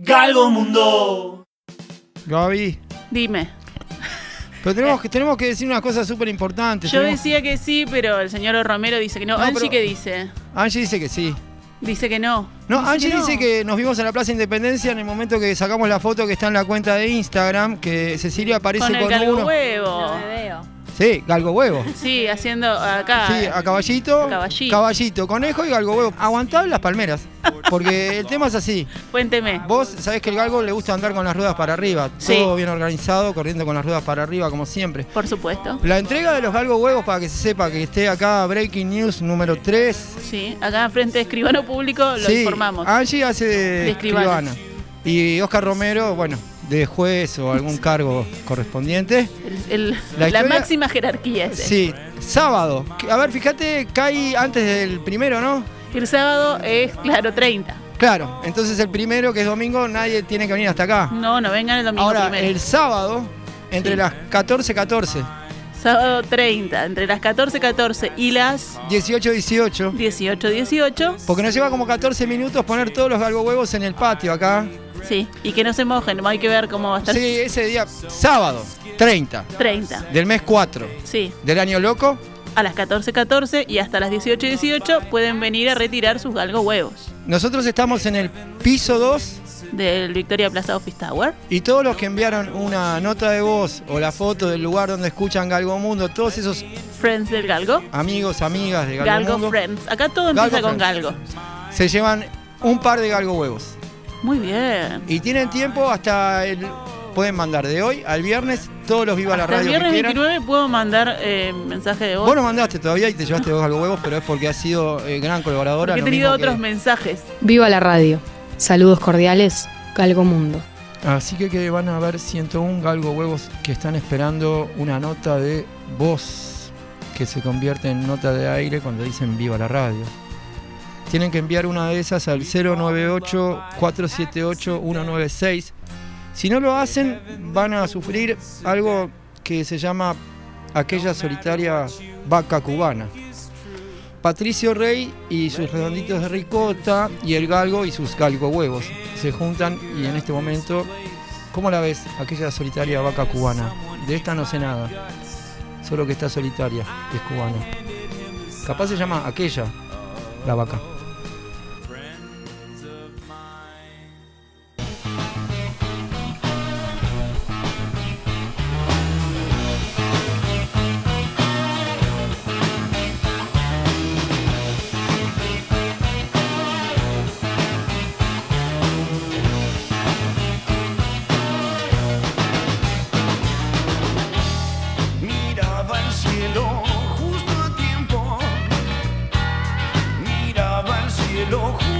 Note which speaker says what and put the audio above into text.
Speaker 1: Galgo Mundo.
Speaker 2: Gaby,
Speaker 3: Dime.
Speaker 2: pero tenemos que, tenemos que decir una cosa súper importante.
Speaker 3: Eh. Yo
Speaker 2: tenemos-
Speaker 3: decía que sí, pero el señor Romero dice que no.
Speaker 2: No,
Speaker 3: Angie
Speaker 2: pero-
Speaker 3: que dice.
Speaker 2: Angie dice que sí.
Speaker 3: Dice que no.
Speaker 2: No, Angie
Speaker 3: Dice que
Speaker 2: dice
Speaker 3: no.
Speaker 2: que nos vimos en la Plaza Independencia en el momento que sacamos la foto que está en la cuenta de Instagram, que Cecilia aparece
Speaker 3: con
Speaker 2: con,
Speaker 3: el galgo
Speaker 2: uno.
Speaker 3: huevo.
Speaker 4: No me veo.
Speaker 2: Sí, galgo huevo.
Speaker 3: Sí, haciendo acá.
Speaker 2: Sí, a caballito,
Speaker 3: Ah, Caballito.
Speaker 2: conejo y galgo huevo. Aguantad las palmeras, porque el tema es así.
Speaker 3: Cuénteme.
Speaker 2: Vos sabés que el galgo le gusta andar con las ruedas para arriba,
Speaker 3: Sí.
Speaker 2: todo bien organizado, corriendo con las ruedas para arriba como siempre.
Speaker 3: Por supuesto.
Speaker 2: La entrega de los galgo huevos para que se sepa que esté acá Breaking News número 3.
Speaker 3: Sí, acá frente de escribano público lo
Speaker 2: Sí, Ah.
Speaker 3: informamos.
Speaker 2: Angie hace de
Speaker 3: De escribana.
Speaker 2: escribana. Y Oscar Romero, bueno, de juez o algún cargo correspondiente.
Speaker 3: El- el-
Speaker 2: La
Speaker 3: la
Speaker 2: historia-
Speaker 3: máxima jerarquía es.
Speaker 2: Sí, sábado. A ver, fíjate, cae antes del primero, ¿no?
Speaker 3: El sábado es, claro, 30.
Speaker 2: Claro, entonces el primero, que es domingo, nadie tiene que venir hasta acá.
Speaker 3: No, no vengan el domingo
Speaker 2: Ahora,
Speaker 3: primero.
Speaker 2: el sábado, entre
Speaker 3: Sí.
Speaker 2: las 14, 14,
Speaker 3: Sábado 30, entre las 14.14 y las
Speaker 2: 18, 18.
Speaker 3: 18.18. 18.
Speaker 2: Porque nos lleva como 14 minutos poner todos los galgo huevos en el patio acá.
Speaker 3: Sí, y que no se mojen, hay que ver cómo va a estar.
Speaker 2: Sí, ese día, sábado, 30,
Speaker 3: 30.
Speaker 2: del mes 4,
Speaker 3: Sí,
Speaker 2: del año loco.
Speaker 3: a las 14.14 y hasta las 18.18 pueden venir a retirar sus galgo huevos
Speaker 2: Nosotros estamos en el piso 2
Speaker 3: del Victoria Plaza Office Tower.
Speaker 2: y todos los que enviaron una nota de voz o la foto del lugar donde escuchan Galgo Mundo, todos esos
Speaker 3: Friends del Galgo.
Speaker 2: amigos, amigas de Galgo,
Speaker 3: Galgo
Speaker 2: Mundo,
Speaker 3: Friends. Acá todo empieza
Speaker 2: Galgo
Speaker 3: con
Speaker 2: Friends.
Speaker 3: Galgo.
Speaker 2: se llevan un par de Galgo Huevos.
Speaker 3: Muy bien.
Speaker 2: Y tienen tiempo hasta el... Pueden mandar de hoy al viernes todos los Viva la
Speaker 3: Hasta el
Speaker 2: Radio que
Speaker 3: viernes
Speaker 2: quieran.
Speaker 3: 29 puedo mandar eh, mensaje de voz.
Speaker 2: Vos no mandaste todavía y te llevaste dos Galgo Huevos, pero es porque has sido eh, gran colaboradora.
Speaker 3: porque he
Speaker 2: lo
Speaker 3: tenido
Speaker 2: mismo que-
Speaker 3: otros mensajes.
Speaker 4: Viva la radio. Saludos cordiales, Galgo Mundo.
Speaker 2: Así que, que van a haber 101 galgo huevos que están esperando una nota de voz que se convierte en nota de aire cuando dicen viva la radio. Tienen que enviar una de esas al 098-478-196. Si no lo hacen, van a sufrir algo que se llama aquella solitaria vaca cubana. Patricio Rey y sus redonditos de ricota y el galgo y sus galgo huevos se juntan y en este momento, ¿cómo la ves? Aquella solitaria vaca cubana. De esta no sé nada, solo que está solitaria, es cubana. Capaz se llama aquella, la vaca.
Speaker 5: Miraba el cielo justo a tiempo. Miraba el cielo justo